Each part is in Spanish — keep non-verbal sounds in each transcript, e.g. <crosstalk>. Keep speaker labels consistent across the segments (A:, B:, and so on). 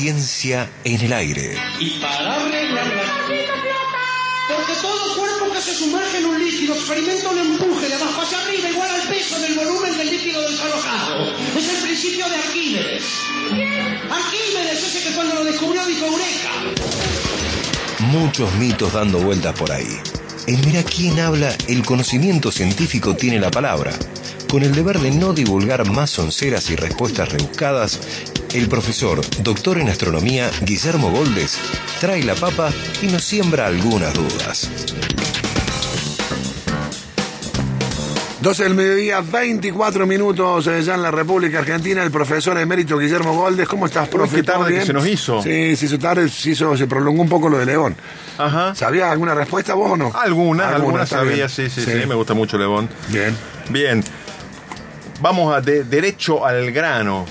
A: Ciencia en el aire.
B: Y para Porque todo cuerpo que se sumerge en un líquido experimenta un empuje de abajo hacia arriba igual al peso del volumen del líquido desalojado. Es el principio de Arquímedes. Arquímedes, ese que cuando lo descubrió dijo Eureka.
A: Muchos mitos dando vueltas por ahí. En Mira quién habla, el conocimiento científico tiene la palabra. Con el deber de no divulgar más onceras y respuestas rebuscadas, el profesor, doctor en astronomía, Guillermo Goldes, trae la papa y nos siembra algunas dudas.
C: 12 del mediodía, 24 minutos eh, ya en la República Argentina, el profesor emérito Guillermo Goldes. ¿Cómo estás, profe?
D: qué
C: ¿Todo
D: tarde que
C: bien?
D: se nos hizo.
C: Sí, se hizo tarde, se, hizo, se prolongó un poco lo de León.
D: Ajá.
C: ¿Sabías alguna respuesta vos o no?
D: Algunas, algunas
C: está
D: ¿Ah? sabía,
C: bien.
D: sí, sí, sí, me gusta mucho Levón.
C: Bien.
D: Bien, vamos a de- derecho al grano.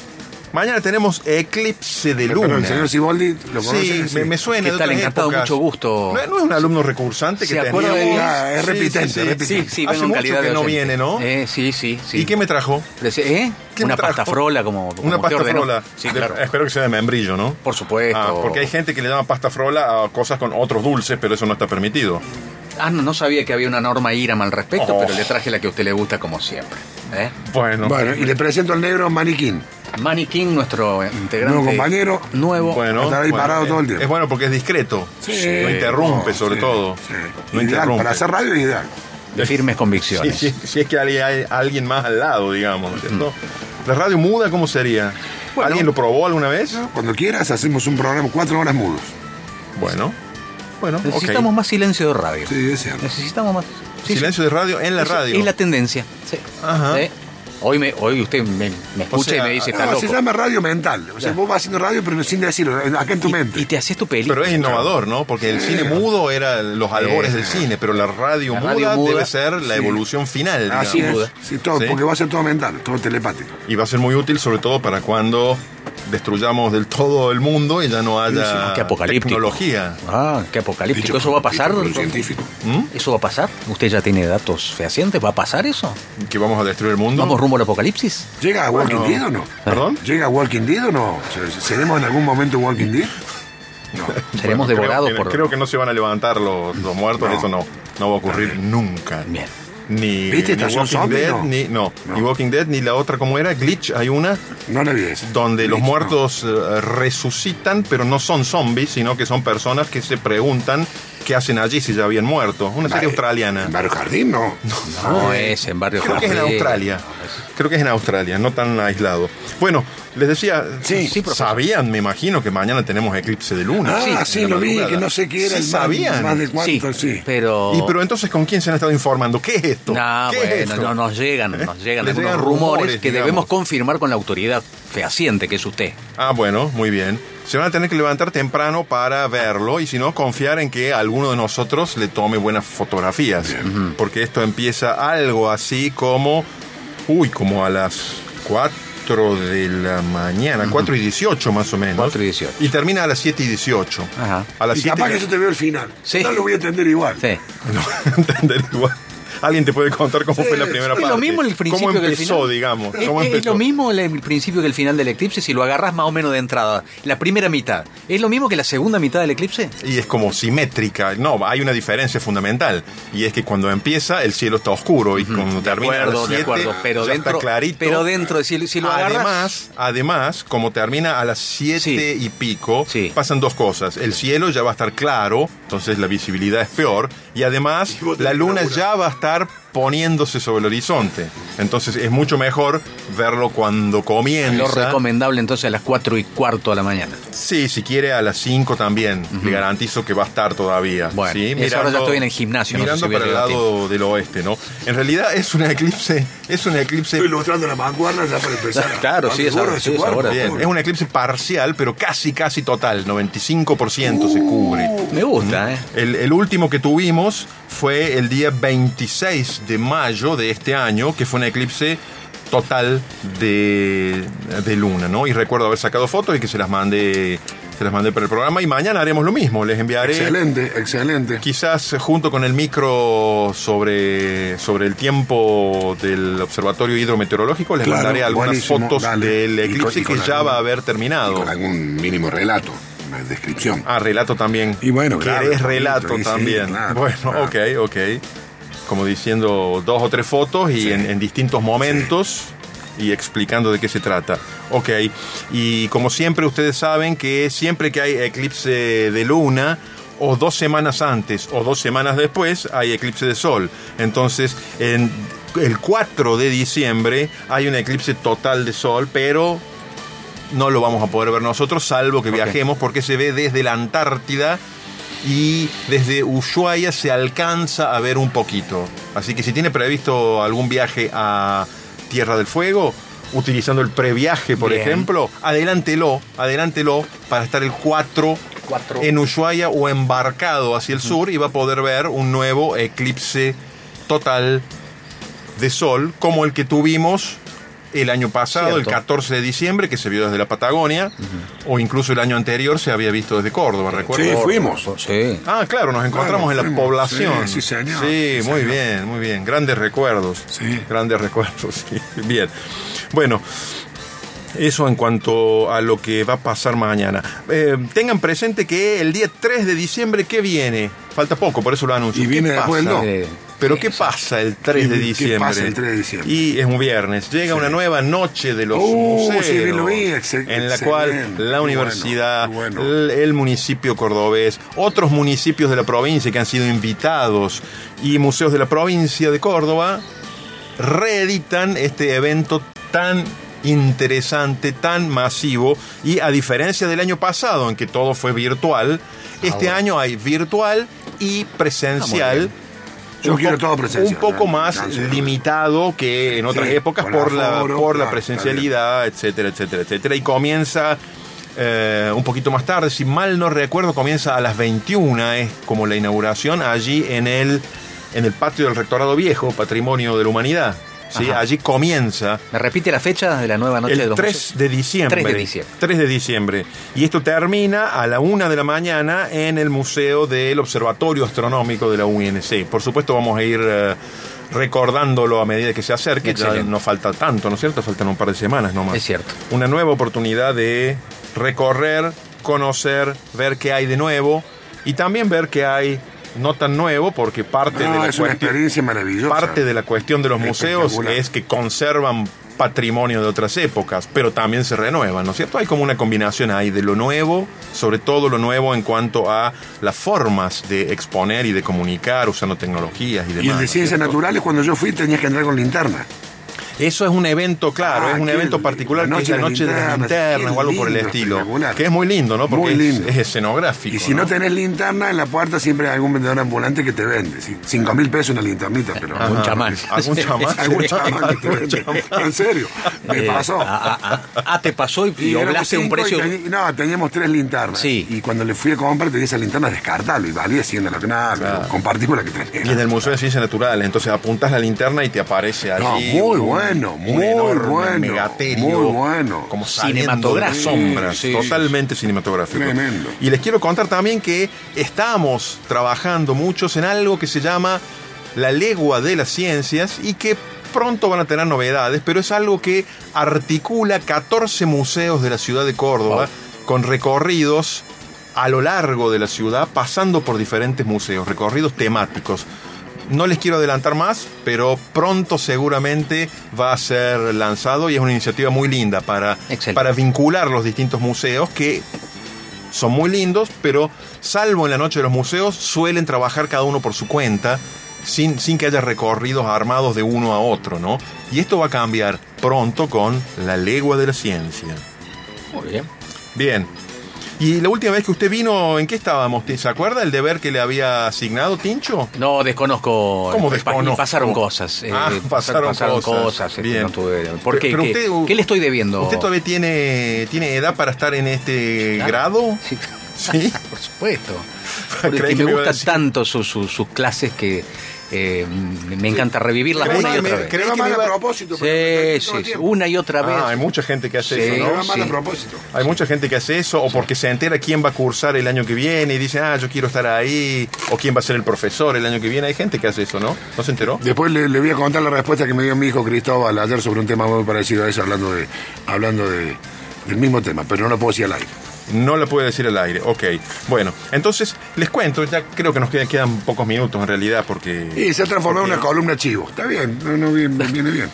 D: Mañana tenemos eclipse de luna.
C: Pero el señor Siboldi lo conoce.
D: Sí, me, me suena.
E: ¿Qué
D: de
E: tal?
D: otras
E: Encantado,
D: épocas.
E: mucho gusto.
D: No, no es un alumno recursante
E: ¿Se
D: que
E: acuerda
D: teníamos.
E: de mí?
C: Ah, es repitente, repitente.
D: <laughs>
E: Sí, sí,
D: Hace
E: vengo en
D: mucho
E: calidad
D: que
E: de
D: no
E: oyente.
D: viene, ¿no?
E: Eh, sí, sí, sí.
D: ¿Y qué me trajo?
E: Des- ¿Eh?
D: ¿Qué me
E: Una
D: trajo?
E: pasta frola como, como
D: Una
E: te
D: pasta
E: ordenó.
D: frola.
E: Sí,
D: De- <laughs>
E: claro.
D: Espero que sea de membrillo, ¿no?
E: Por supuesto.
D: Ah, porque hay gente que le llama pasta frola a cosas con otros dulces, pero eso no está permitido.
E: Ah, no, no sabía que había una norma IRAM al respecto,
D: Oh.
E: pero le traje la que a usted le gusta como siempre. ¿eh?
D: Bueno,
C: Bueno, y le presento al negro Maniquín.
E: Maniquín, nuestro integrante.
C: Nuevo compañero.
E: Nuevo.
D: bueno, eh,
C: estar ahí parado todo el tiempo.
D: Es bueno porque es discreto. no interrumpe,
C: No,
D: sobre
C: Oh, sí,
D: todo.
C: sí.
D: No
C: Ideal,
D: interrumpe.
C: Para hacer radio es ideal.
E: de firmes
D: Sí,
E: convicciones.
D: si, si es que hay, hay alguien más al lado, digamos. ¿no es cierto? ¿La radio muda cómo sería?
E: Bueno.
D: ¿Alguien lo probó alguna vez?
C: Cuando quieras hacemos un programa cuatro horas mudos.
D: Bueno. Bueno, ok.
E: Necesitamos más silencio de radio.
C: Sí, es cierto.
E: Necesitamos más. sí, sí.
D: Silencio de radio en la
E: Eso
D: radio.
E: Es la tendencia. Sí.
D: Ajá.
E: Sí. Hoy, me, hoy usted me, me escucha y
D: sea,
E: me dice, está
C: No, se
E: loco.
C: llama radio mental. O sea, vos vas haciendo radio, pero sin decirlo, acá en tu mente.
E: Y, y te haces tu película.
D: Pero es innovador, ¿no? Porque el cine mudo era los albores del cine, pero la radio,
E: La
D: muda,
E: radio muda,
D: debe ser la
C: sí.
D: evolución final.
C: Así
D: digamos.
C: es. Sí, todo,
D: ¿Sí?
C: Porque va a ser todo mental, todo telepático.
D: Y va a ser muy útil, sobre todo para cuando destruyamos del todo el mundo y ya no haya
E: Qué apocalíptico.
D: tecnología.
E: Ah, qué apocalíptico.
C: Dicho
E: ¿Eso va a
C: por
E: pasar? ¿Mm?
C: un científico.
E: ¿Eso va a pasar? ¿Usted ya tiene datos fehacientes? ¿Va a pasar eso?
D: Que vamos a destruir el mundo.
E: ¿Vamos rumbo al apocalipsis?
C: ¿Llega a Walking Dead o no?
D: ¿Perdón?
C: ¿Llega a Walking Dead o no? ¿Seremos en algún momento Walking Dead?
D: Bueno,
E: ¿Seremos
D: creo
E: devorados
D: que-
E: por...?
D: Creo que no se van a levantar los, los muertos,
C: No.
D: eso no. No va a ocurrir nunca.
E: Bien.
D: Ni,
C: ¿Viste
D: ni
C: Estación
D: Walking
C: Zombie?
D: Dead,
C: No.
D: ni. No,
C: No.
D: ni Walking Dead, ni la otra, ¿cómo era? Glitch, hay una
C: No le vi eso.
D: donde los
C: Glitch,
D: muertos eh, resucitan, pero no son zombies, sino que son personas que se preguntan qué hacen allí si ya habían muerto. Una
C: no.
D: serie
C: Ba-
D: australiana.
C: ¿En Barrio Jardín no?
E: No, es en barrio
D: Creo que es en
E: Jardín.
D: Australia. Creo que es en Australia, no tan aislado. Bueno, les decía,
C: Sí, sí,
E: profesor.
D: sabían, me imagino, que mañana tenemos eclipse de luna.
C: Ah, sí,
D: en la
C: lo vi,
D: madrugada.
C: que no sé qué era.
D: Sí
C: el más-
D: sabían.
C: Más de
E: Sí,
C: cuánto, sí.
E: pero...
D: Y pero entonces, ¿con quién se han estado informando? ¿Qué es esto?
E: Oh. No,
D: ¿Qué es
E: bueno,
D: esto?
E: no, nos llegan, nos llegan
D: Les
E: algunos
D: llegan
E: rumores,
D: rumores,
E: que
D: digamos.
E: debemos confirmar con la autoridad fehaciente que es usted.
D: Ah, bueno, muy bien. Se van a tener que levantar temprano para verlo y si no, confiar en que alguno de nosotros le tome buenas fotografías. Porque esto empieza algo así como, uy, como a las 4 de la mañana, 4 y 18 más o menos.
E: 4 y 18.
D: Y termina a las 7 y 18.
E: Ajá.
D: A las
C: Y
D: 7
C: capaz que yo te veo el final.
E: Sí.
C: No lo voy a entender igual.
E: Sí.
D: <laughs> No, entender igual. Alguien te puede contar cómo fue la primera
E: Es
D: parte.
E: lo mismo el principio
D: ¿Cómo
E: que el
D: empezó,
E: final.
D: digamos?
E: Es,
D: ¿Cómo
E: es
D: empezó?
E: lo mismo el, el principio que el final del eclipse si lo agarras más o menos de entrada, la primera mitad. ¿Es lo mismo que la segunda mitad del eclipse?
D: Y es como simétrica. No, hay una diferencia fundamental. Y es que cuando empieza, el cielo está oscuro. Y cuando termina, a las
E: acuerdo, de
D: siete,
E: acuerdo, pero
D: ya
E: dentro-
D: está clarito.
E: pero dentro, si- si lo agarras-
D: además, además, como termina a las 7
E: Sí.
D: y pico,
E: Sí.
D: pasan dos cosas. El cielo ya va a estar claro, entonces la visibilidad es peor. Y además,
C: Y vos
D: la
C: tenés
D: luna
C: laburo.
D: ya va a estar poniéndose sobre el horizonte. Entonces es mucho mejor verlo cuando comienza.
E: Lo recomendable entonces a las 4 y cuarto de la mañana.
D: Sí, si quiere a las 5 también. Le garantizo que va a estar todavía.
E: Bueno,
D: ¿sí?
E: y eso ahora ya estoy en el gimnasio, no sé
D: Mirando
E: si voy a
D: para el
E: llegar a
D: lado del oeste, ¿no? En realidad es un eclipse, es un eclipse.
C: Estoy ilustrando la mancuerna ya para empezar.
E: <laughs> Claro, sí, es
C: Seguro,
E: ahora, sí, es
C: seguro.
E: ahora.
D: Bien, es un eclipse parcial, pero casi, casi total. 95% se cubre.
E: Me gusta, ¿eh?
D: El, el último que tuvimos fue el día 26 de mayo de este año, que fue un eclipse total de, de luna, ¿no? Y recuerdo haber sacado fotos y que se las mandé Se las mandé para el programa y mañana haremos lo mismo. Les enviaré
C: Excelente, excelente.
D: Quizás eh, junto con el micro sobre, sobre el tiempo del Observatorio Hidrometeorológico, les
C: Claro,
D: mandaré algunas
C: buenísimo,
D: fotos
C: dale.
D: del
C: Y con-
D: eclipse
C: y
D: que
C: con
D: ya
C: algún-
D: va a haber
C: Y
D: terminado.
C: con algún mínimo relato, una descripción.
D: Ah, relato también.
C: Y bueno, claro,
D: Querés
C: bonito,
D: relato
C: y sí,
D: también.
C: claro,
D: bueno,
C: claro.
D: ok, ok. Como diciendo dos o tres fotos y en, en distintos momentos y explicando de qué se trata. Ok, y como siempre ustedes saben que siempre que hay eclipse de luna, o dos semanas antes o dos semanas después hay eclipse de sol. Entonces, en el 4 de diciembre hay un eclipse total de sol, pero no lo vamos a poder ver nosotros, salvo que viajemos, porque se ve desde la Antártida y desde Ushuaia se alcanza a ver un poquito. Así que si tiene previsto algún viaje a Tierra del Fuego, utilizando el previaje, por
E: Bien.
D: ejemplo, adelántelo, adelántelo para estar el 4
E: Cuatro.
D: en Ushuaia o embarcado hacia el sur y va a poder ver un nuevo eclipse total de sol como el que tuvimos el año pasado,
E: Cierto.
D: el 14 de diciembre, que se vio desde la Patagonia, o incluso el año anterior se había visto desde Córdoba, ¿recuerdo?
C: Sí, fuimos.
E: ¿eh? Sí.
D: Ah, claro, nos encontramos en la
C: fuimos.
D: población.
C: Sí, sí, señor.
D: Sí,
C: Sí,
D: muy
C: señor.
D: bien, muy bien. Grandes recuerdos.
C: Sí.
D: Grandes recuerdos, <laughs> sí. Bien. Bueno, eso en cuanto a lo que va a pasar mañana. Eh, tengan presente que el día 3 de diciembre, ¿qué viene? Falta poco, por eso lo anuncio.
C: Y viene
D: ¿Qué
C: después
D: pasa?
C: del
E: dos.
D: Pero ¿qué pasa el 3 de
C: ¿Y qué
D: diciembre?
C: pasa el 3 de diciembre?
D: Y es un viernes. Llega una nueva noche de los
C: Uh,
D: museos.
C: sí, lo vi, excel-
D: en la
C: excelente.
D: cual
C: Qué
D: la
C: bueno,
D: universidad,
C: qué bueno.
D: el- el municipio cordobés, otros municipios de la provincia que han sido invitados y museos de la provincia de Córdoba reeditan este evento tan interesante, tan masivo y a diferencia del año pasado en que todo fue virtual,
C: Ah,
D: este
E: bueno.
D: año hay virtual y presencial.
C: Yo
D: Un
C: quiero
D: po-
C: todo presencial.
D: Un poco más
C: No, sí.
D: limitado que en otras
C: Sí,
D: épocas
C: con
D: por la,
C: aforo,
D: por la
C: claro,
D: presencialidad, etcétera, etcétera, etcétera. Y comienza eh, un poquito más tarde, si mal no recuerdo, comienza a las 21, es como la inauguración, allí en el, en el patio del Rectorado Viejo, Patrimonio de la Humanidad. ¿sí?
E: Ajá.
D: Allí comienza
E: ¿Me repite la fecha de la nueva noche de
D: el
E: los
D: 3
E: museos?
D: de diciembre.
E: 3 de diciembre.
D: 3 de diciembre. Y esto termina a la 1 de la mañana en el Museo del Observatorio Astronómico de la UNC. Por supuesto vamos a ir eh, recordándolo a medida que se acerque. Ya
E: Excelente.
D: no falta tanto, ¿no es cierto? Faltan un par de semanas nomás.
E: Es cierto.
D: Una nueva oportunidad de recorrer, conocer, ver qué hay de nuevo y también ver qué hay no tan nuevo porque parte de
C: No,
D: la
C: Ah, es una
D: cuestión-
C: experiencia maravillosa.
D: Parte de la cuestión de los museos
C: Espectacular.
D: es que conservan patrimonio de otras épocas, pero también se renuevan, ¿no es cierto? Hay como una combinación ahí de lo nuevo, sobre todo lo nuevo en cuanto a las formas de exponer y de comunicar usando tecnologías y demás.
C: Y el
D: ¿no
C: de
D: es
C: ciencias
D: cierto?
C: naturales, cuando yo fui, tenías que entrar con linterna.
D: Eso es un evento, claro,
C: Ah,
D: es un
C: qué
D: evento
C: lindo.
D: particular
C: La
D: que es la noche de las linternas
C: qué
D: o algo por el
C: lindo,
D: estilo.
C: espectacular.
D: Que es muy lindo, ¿no? Porque
C: Muy lindo.
D: Es, es escenográfico.
C: Y si no
D: ¿no?
C: tenés linterna, en la puerta siempre hay algún vendedor ambulante que te vende. ¿sí? Cinco mil pesos una linternita, pero...
E: Algún <laughs>
D: Ajá.
E: chamán.
C: <laughs>
E: Eh,
D: Algún chamán.
C: Algún chamán que te vende. En serio, me
E: Eh,
C: pasó.
E: Ah, ah, ah. Ah, te pasó y, y
C: éramos
E: doblaste un
C: cinco
E: precio.
C: y teni- no, teníamos tres linternas.
E: Sí.
C: Y cuando le fui a comprar, tenía esa linterna descartable y valía 100 de la que nada, pero compartí con la que
D: Y en
C: tenés.
D: el Museo de Ciencias Naturales, entonces apuntas la linterna y te aparece allí.
C: No, muy bueno, muy bueno,
D: megaterio,
C: muy bueno.
D: Como saliendo de las
E: Cinematográfico.
D: sombras,
E: Sí, sí,
D: totalmente cinematográfico.
C: Tremendo.
D: Y les quiero contar también que estamos trabajando muchos en algo que se llama la legua de las ciencias y que pronto van a tener novedades, pero es algo que articula 14 museos de la ciudad de Córdoba con recorridos a lo largo de la ciudad, pasando por diferentes museos, recorridos temáticos. No les quiero adelantar más, pero pronto seguramente va a ser lanzado y es una iniciativa muy linda para,
E: Excelente.
D: para vincular los distintos museos que son muy lindos, pero salvo en la noche de los museos, suelen trabajar cada uno por su cuenta, sin, sin que haya recorridos armados de uno a otro, ¿no? Y esto va a cambiar pronto con la legua de la ciencia.
E: Muy bien.
D: Bien. Y la última vez que usted vino, ¿en qué estábamos? ¿Se acuerda el deber que le había asignado Tincho?
E: No, desconozco.
D: ¿Cómo
E: Pa-
D: desconozco?
E: Pasaron cosas. eh,
D: Ah, pasaron cosas.
E: este,
D: Bien.
E: no tuve- ¿Por qué?
D: Pero
E: ¿Qué,
D: usted-
E: qué le estoy debiendo?
D: ¿Usted todavía tiene, tiene edad para estar en este
E: Claro.
D: grado?
E: Sí.
D: Sí. <laughs>
E: Por supuesto.
D: Creí
E: Porque
D: que me
E: me
D: iba a
E: gustan
D: decir.
E: tanto su- su- sus clases que eh, me encanta revivirlas
D: ¿Crees
E: una y
D: que
E: otra
D: me-
E: vez.
D: crees
C: va
D: que
C: mal
D: me
C: a
D: iba-
C: propósito.
E: Sí, sí, sí, una y otra vez.
D: Ah, hay mucha gente que hace
E: Sí.
D: eso,
C: No
D: ¿no?
C: va mal a
E: sí.
C: propósito.
D: Hay mucha gente que hace eso, o porque se entera quién va a cursar el año que viene y dice, ah, yo quiero estar ahí, o quién va a ser el profesor el año que viene. Hay gente que hace eso, ¿no? ¿No se enteró?
C: Después le, le voy a contar la respuesta que me dio mi hijo Cristóbal ayer sobre un tema muy parecido a eso, hablando de hablando de, del mismo tema, pero no lo puedo decir al aire.
D: No la puede decir al aire. Ok. Bueno, entonces les cuento, ya creo que nos quedan, quedan pocos minutos en realidad, porque.
C: Y se ha transformado en
D: porque-
C: una columna chivo. Está bien, no, no bien, viene bien.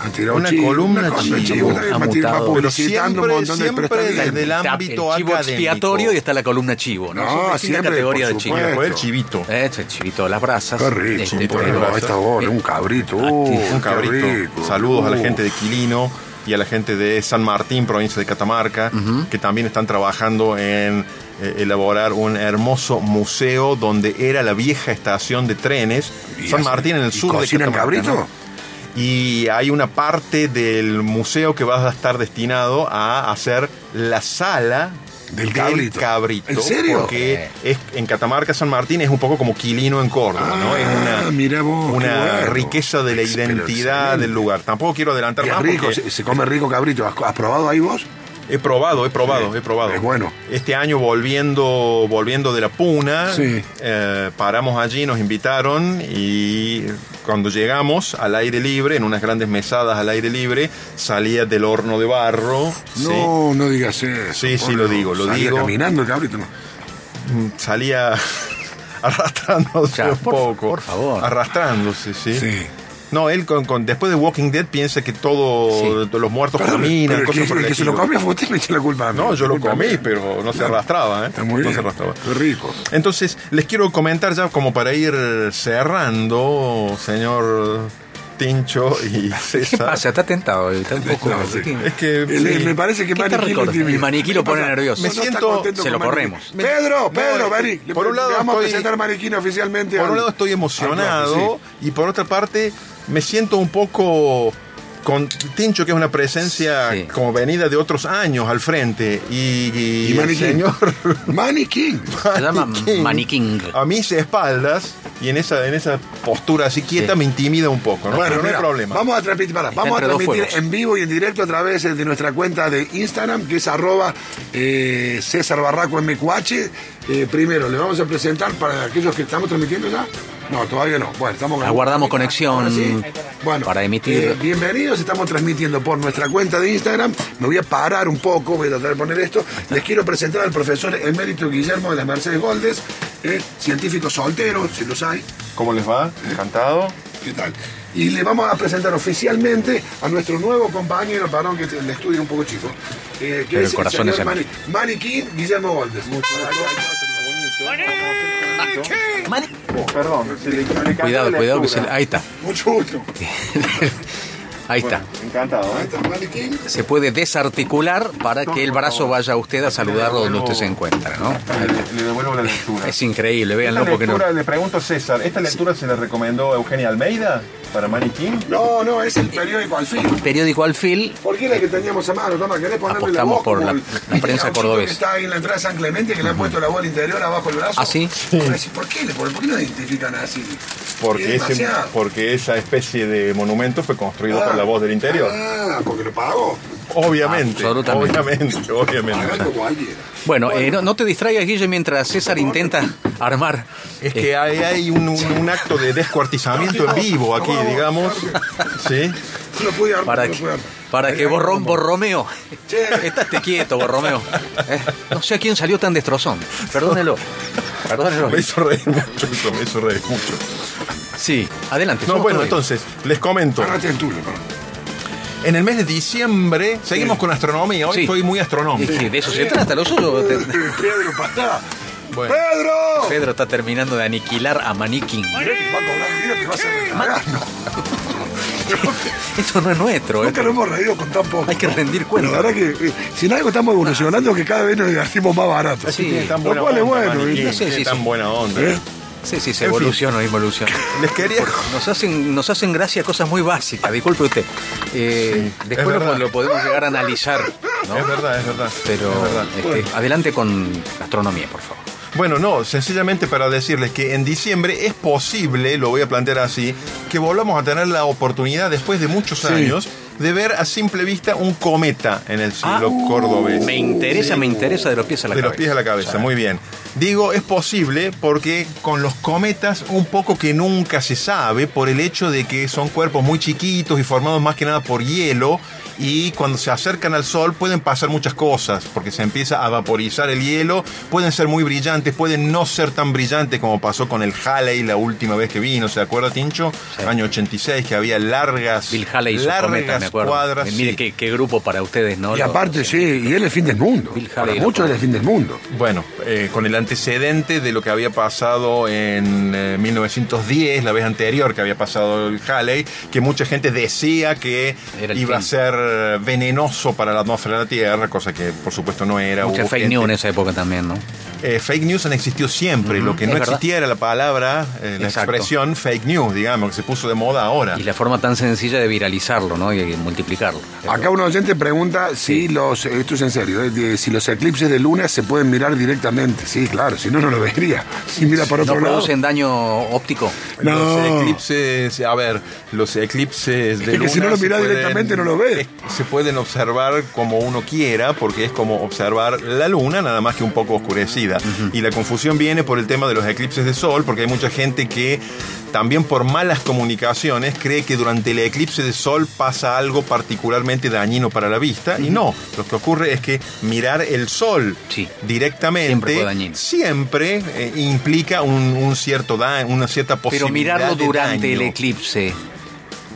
C: Han tirado
D: Una
C: chivo,
D: columna chivo,
C: está bien,
E: ha
C: va a tirar- va
E: mutado.
D: Pero
C: publicitando un
D: siempre-
C: montón de pero
D: siempre
C: está bien.
D: desde el
E: Está
D: ámbito
E: el chivo
D: académico.
E: expiatorio y está la columna chivo, ¿no?
C: No,
E: Son distintas
C: siempre,
E: categorías
C: por
E: de chivo.
D: Bueno,
C: Esto.
D: el chivito.
E: Eh, Este chivito de las brasas.
C: Qué rico,
E: Este,
C: un
E: pero-
C: pollo, esta bola, un cabrito. uh,
D: Un
C: qué
D: cabrito.
C: rico.
D: Saludos a la
C: Uh.
D: gente de Quilino y a la gente de San Martín, provincia de Catamarca, que también están trabajando en eh, elaborar un hermoso museo donde era la vieja estación de trenes.
C: Y
D: San
C: hacen-
D: Martín en el
C: y
D: sur de
C: cocinan
D: Catamarca.
C: cabrito?
D: ¿no? Y hay una parte del museo que va a estar destinado a hacer la sala
C: Del cabrito.
D: cabrito,
C: ¿En serio?
D: Porque es, en Catamarca San Martín es un poco como Quilino en Córdoba,
C: Ah,
D: ¿no? Es una,
C: mirá vos, qué
D: una
C: bueno.
D: riqueza de la
C: Ex- pero
D: identidad
C: excelente.
D: del lugar. Tampoco quiero adelantar
C: Y es
D: más
C: rico,
D: porque
C: se, se come rico cabrito. ¿Has, has probado ahí vos?
D: he probado, he probado,
C: Sí,
D: he probado.
C: es bueno.
D: Este año volviendo, volviendo de la puna,
C: Sí.
D: eh, paramos allí, nos invitaron y cuando llegamos al aire libre, en unas grandes mesadas al aire libre, salía del horno de barro. ¿sí?
C: No, no digas eso.
D: Sí, sí,
C: por
D: lo
C: Dios.
D: digo, lo
C: Salía
D: digo.
C: caminando el cabrito. No.
D: salía <laughs> arrastrándose
E: Ya,
D: un
E: por-
D: poco.
E: por favor.
D: Arrastrándose, sí.
C: Sí.
D: No, él con, con- después de Walking Dead piensa que todo,
E: Sí.
D: todos los muertos
C: Perdón,
D: caminan,
C: pero el
D: cosas
C: que,
D: por
C: el
D: el
C: que se lo
D: estilo.
C: comía fue usted, me echa la culpa. a mí.
D: No, yo lo
C: Culpa
D: comí,
C: mía.
D: pero no se arrastraba, ¿eh?
C: Está muy
D: no
C: bien.
D: se arrastraba.
C: Qué rico.
D: Entonces, les quiero comentar ya como para ir cerrando, señor Tincho y
E: ¿Qué
D: César.
E: pasa? Está tentado. Está un poco.
C: No, sí.
E: ¿qué?
D: Es que
C: El-
D: Eh, sí,
C: Me parece que
E: ¿Qué está
C: Maniquí lo
E: recordando?
C: tiene.
E: El maniquí lo
C: ¿Qué
E: pone
C: pasa?
E: nervioso.
D: Me
C: No está
D: siento-
C: contento
E: se lo
C: con Maniquí.
E: corremos.
C: Pedro,
D: No,
C: Pedro,
D: eh,
C: vení. Le-
D: por un
C: le
D: lado
C: vamos
D: estoy-
C: a presentar Maniquí oficialmente.
D: Por
C: al-
D: un lado estoy
C: al profe,
D: emocionado
C: sí.
D: y por otra parte me siento un poco con Tincho, que es una presencia
E: Sí.
D: como venida de otros años al frente. Y, y
C: Y
D: el
C: Maniquí.
D: señor
C: Maniquí.
E: Se llama
D: Maniquín,
E: maniquín.
D: A mis espaldas y en esa, en esa postura así quieta
E: Sí.
D: me intimida un poco, ¿no?
C: Bueno,
D: Pero no
C: mira,
D: hay problema.
C: Vamos a transmitir, pará, vamos a
E: entre dos
C: transmitir
E: fuegos.
C: en vivo y en directo a través eh, de nuestra cuenta de Instagram, que es arroba eh, César Barraco MQH. Eh, primero, le vamos a presentar para aquellos que estamos transmitiendo ya. No, todavía no. Bueno, estamos
E: Aguardamos conexión
C: Ahora sí. Bueno,
E: para emitir.
C: eh, bienvenidos, estamos transmitiendo por nuestra cuenta de Instagram. Me voy a parar un poco, voy a tratar de poner esto. Les quiero presentar al profesor emérito Guillermo de las Mercedes Goldes, eh, científico soltero, si los hay.
D: ¿Cómo les va? Encantado.
C: ¿Qué tal? Y le vamos a presentar oficialmente a nuestro nuevo compañero, perdón que el estudio es un poco chico, eh, que
E: el
C: es el
E: corazón
C: señor
E: es
C: Mani- Maniquín Guillermo Goldes.
E: Mani-
D: Perdón, se le, le
E: Cuidado, cuidado que se le- Ahí está, <laughs>
C: Mucho gusto.
E: ahí está.
D: Encantado, ¿eh?
C: Ahí está Maniquín.
E: Se puede desarticular para que el brazo vaya a usted a saludarlo donde usted se encuentra, ¿no?
D: Le, devuelvo la lectura.
E: Es increíble, véanlo
D: Esta
E: porque no.
D: lectura, le pregunto a César, ¿esta lectura se la recomendó Eugenia Almeida para Maniquín?
C: No, no, es el periódico al fin.
E: Periódico Alfil,
C: ¿Por qué la que teníamos a mano? Toma, ¿querés ponerle la
E: Apostamos
C: voz?
E: por
C: como
E: la-
C: el-
E: la
C: el
E: prensa
C: cabroncito
E: cordobesa.
C: que Está ahí en la entrada de San Clemente que le han puesto la bola interior abajo el brazo.
E: ¿Ah, sí?
C: Ahora decís, ¿Por qué? le ponen? ¿Por qué no identifican así?
D: Porque,
C: Es
D: ese,
C: demasiado.
D: porque esa especie de monumento fue construido por la voz del interior.
C: Ah, porque lo pagó.
D: Obviamente,
E: Absolutamente.
D: obviamente, obviamente.
C: Pagando cualquiera.
E: Bueno, eh, no, no te distraigas, Guille, mientras César intenta armar. eh,
D: Es que hay, hay un, un- un acto de descuartizamiento en vivo aquí, digamos. ¿Sí?
C: No pude armar,
E: Para
C: no
E: que,
C: pude armar.
E: para
D: eh,
E: que Borrón, Borromeo.
C: Che.
E: Estate quieto,
D: <laughs>
E: Borromeo. Eh, no sé a quién salió tan destrozón. Perdónelo. Perdónelo.
D: Me hizo reír mucho, eso, me hizo reír mucho.
E: Sí, adelante.
D: No,
E: somos
D: bueno,
E: todos
D: entonces, les comento.
C: Agárrate el tulo, perdón.
E: <laughs>
D: En el mes de diciembre, seguimos con astronomía. Hoy
E: Sí.
D: estoy muy astronómico.
E: Sí, de eso
D: eh,
E: se trata, lo suyo. Te-
C: Pedro, patá.
D: Bueno.
C: ¡Pedro!
E: Pedro está terminando de aniquilar a Maniquín.
C: Mirá que va a cobrar dinero, te vas a recagar, ¿no?
E: Esto no es nuestro, ¿eh?
C: Nunca nos hemos reído con tan poco.
E: Hay que rendir
C: Bueno, la
E: cuentas.
C: verdad que eh, si en algo estamos evolucionando que cada vez nos divertimos más barato.
E: Sí.
D: Tiene tan
C: Lo
D: buena
C: cual es
D: onda,
C: bueno,
D: Maniquín,
C: ¿viste?
E: Sí,
D: tiene
E: sí,
D: tan
E: sí.
D: buena onda.
C: ¿Eh?
E: Sí, sí, se
D: En fin.
E: evoluciona, evoluciona.
D: <laughs> Les quería...
E: Nos hacen, nos hacen gracia cosas muy básicas, disculpe usted. Eh, después lo,
D: verdad.
E: lo podemos llegar a analizar, ¿no?
D: Es verdad, es verdad.
E: Pero
D: es verdad.
E: este, adelante con astronomía, por favor.
D: Bueno, no, sencillamente para decirles que en diciembre es posible, lo voy a plantear así, que volvamos a tener la oportunidad, después de muchos años, de ver a simple vista un cometa en el cielo
E: Ah,
D: cordobés.
E: Me interesa, me interesa de los pies a la
D: de
E: cabeza.
D: los pies a la cabeza, muy bien. Digo, es posible porque con los cometas un poco que nunca se sabe por el hecho de que son cuerpos muy chiquitos y formados más que nada por hielo y cuando se acercan al sol pueden pasar muchas cosas porque se empieza a vaporizar el hielo, pueden ser muy brillantes, pueden no ser tan brillantes como pasó con el Halley la última vez que vino, ¿se acuerda Tincho? Año 86 que había largas,
E: Bill Haley y su
D: largas
E: cometa, me acuerdo. Eh,
D: cuadras.
E: Mire
D: sí.
E: qué, qué grupo para ustedes, ¿no?
C: Y aparte, sí, y él es el fin del mundo.
E: Bill Haley
C: Para
E: lo
C: muchos es el fin del mundo.
D: Bueno, eh, con el antecedente de lo que había pasado en eh, 1910, la vez anterior que había pasado el Halley, que mucha gente decía que
E: Era el
D: iba a
E: fin.
D: ser eh, venenoso para la atmósfera de la Tierra, cosa que por supuesto no era.
E: Mucha
D: Hubo
E: fake
D: uh, gente-
E: news en esa época también, ¿no?
D: eh, fake news han existido siempre. Lo que
E: es
D: no
E: verdad.
D: existía era la palabra, eh, la
E: Exacto.
D: expresión fake news, digamos, que se puso de moda ahora.
E: Y la forma tan sencilla de viralizarlo, ¿no? Y, y multiplicarlo.
C: Acá un oyente pregunta si los, esto es en serio, eh, de- si los eclipses de luna se pueden mirar directamente. Sí, claro, si no, no lo vería. Si mira para
E: ¿No
C: otro lado.
E: producen daño óptico?
C: No.
D: Los eclipses, a ver, los eclipses de
C: Es que si
D: luna
C: no lo
D: se
C: mirás
D: pueden-
C: directamente no lo ves.
D: es- Se pueden observar como uno quiera, porque es como observar la luna, nada más que un poco oscurecida. Y la confusión viene por el tema de los eclipses de sol, porque hay mucha gente que también por malas comunicaciones cree que durante el eclipse de sol pasa algo particularmente dañino para la vista. Y no, lo que ocurre es que mirar el sol
E: Sí.
D: directamente
E: Siempre fue dañino.
D: siempre, eh, implica un, un cierto da una cierta
E: Pero mirarlo
D: posibilidad de
E: durante el
D: daño.
E: eclipse.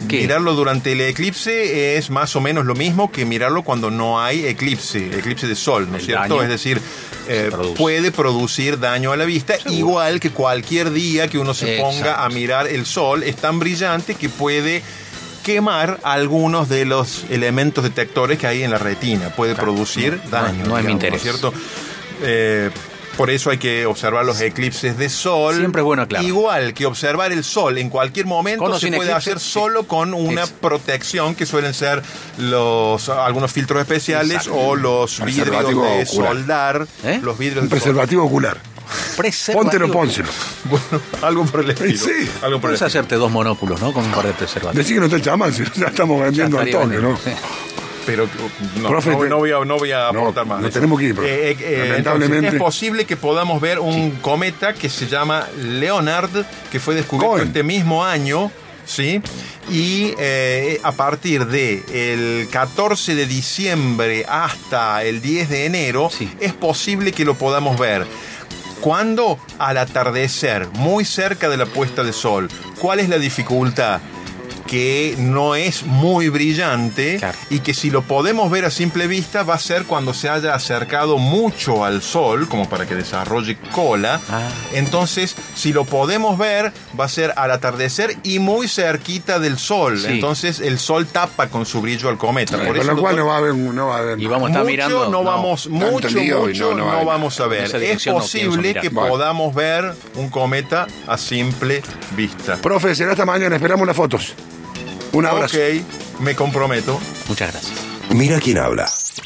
E: ¿Qué?
D: Mirarlo durante el eclipse es más o menos lo mismo que mirarlo cuando no hay eclipse, eclipse de sol, ¿no es
E: El
D: cierto?
E: daño
D: es decir, eh,
E: produce.
D: puede producir daño a la vista, igual que cualquier día que uno se
E: Exacto.
D: ponga a mirar el sol, es tan brillante que puede quemar algunos de los elementos detectores que hay en la retina, puede producir
E: no,
D: daño.
E: no es
D: digamos,
E: mi
D: ¿no
E: interés.
D: cierto? Eh, por eso hay que observar los eclipses de sol.
E: Siempre es bueno aclarar.
D: Igual que observar el sol en cualquier momento
E: Con o
D: se
E: sin
D: puede
E: eclipse,
D: hacer
E: sí.
D: solo con una
E: Ex-
D: protección que suelen ser los algunos filtros especiales
E: Exacto.
D: o los vidrios
C: Preservativo
D: de
C: ocular.
D: soldar,
E: ¿Eh?
D: los vidrios
C: Un
D: de soldar. <laughs>
C: preservativo ocular.
E: Preservativo.
C: Póntelo, pónselo.
D: Bueno, algo por el estilo.
C: Sí.
D: Algo por el
E: Puedes
D: estilo.
E: hacerte dos monóculos, ¿no? Con un par de preservativos.
C: Decí que no está el chamán, si no, ya estamos vendiendo al
E: estaría
C: toque,
E: bien.
C: ¿no?
E: Sí.
D: Pero no,
C: Profe,
D: no voy-
C: te-
D: no voy a, no voy a
C: No,
D: aportar más.
C: no tenemos que ir, profe.
D: Eh, eh, eh,
C: Lamentablemente.
D: entonces, es posible que podamos ver un cometa que se llama Leonard, que fue descubierto
C: Cohen.
D: este mismo año, ¿sí? Y eh, a partir de el 14 de diciembre hasta el 10 de enero,
E: Sí.
D: es posible que lo podamos ver. ¿Cuándo? Al atardecer, muy cerca de la puesta de sol. ¿Cuál es la dificultad? Que no es muy brillante
E: Claro.
D: y que si lo podemos ver a simple vista va a ser cuando se haya acercado mucho al sol, como para que desarrolle cola.
E: Ah.
D: Entonces, si lo podemos ver, va a ser al atardecer y muy cerquita del sol.
E: Sí.
D: Entonces, el sol tapa con su brillo al cometa. Por
C: Con
D: eso
C: lo cual
D: doctor,
C: no va a haber. No va a haber
E: Y vamos a estar
D: mucho
E: mirando.
D: no vamos
F: Tanto
D: mucho
F: lío y
D: mucho
F: no, no
D: no
F: hay-
D: vamos a
E: en
D: ver
E: esa
D: es
E: dirección no pienso
D: posible
E: mirar.
D: que
E: Bueno.
D: podamos ver un cometa a simple vista
C: Profe, será hasta mañana, esperamos las fotos. Un abrazo.
D: ok me comprometo
E: Muchas gracias.
A: Mira quién habla.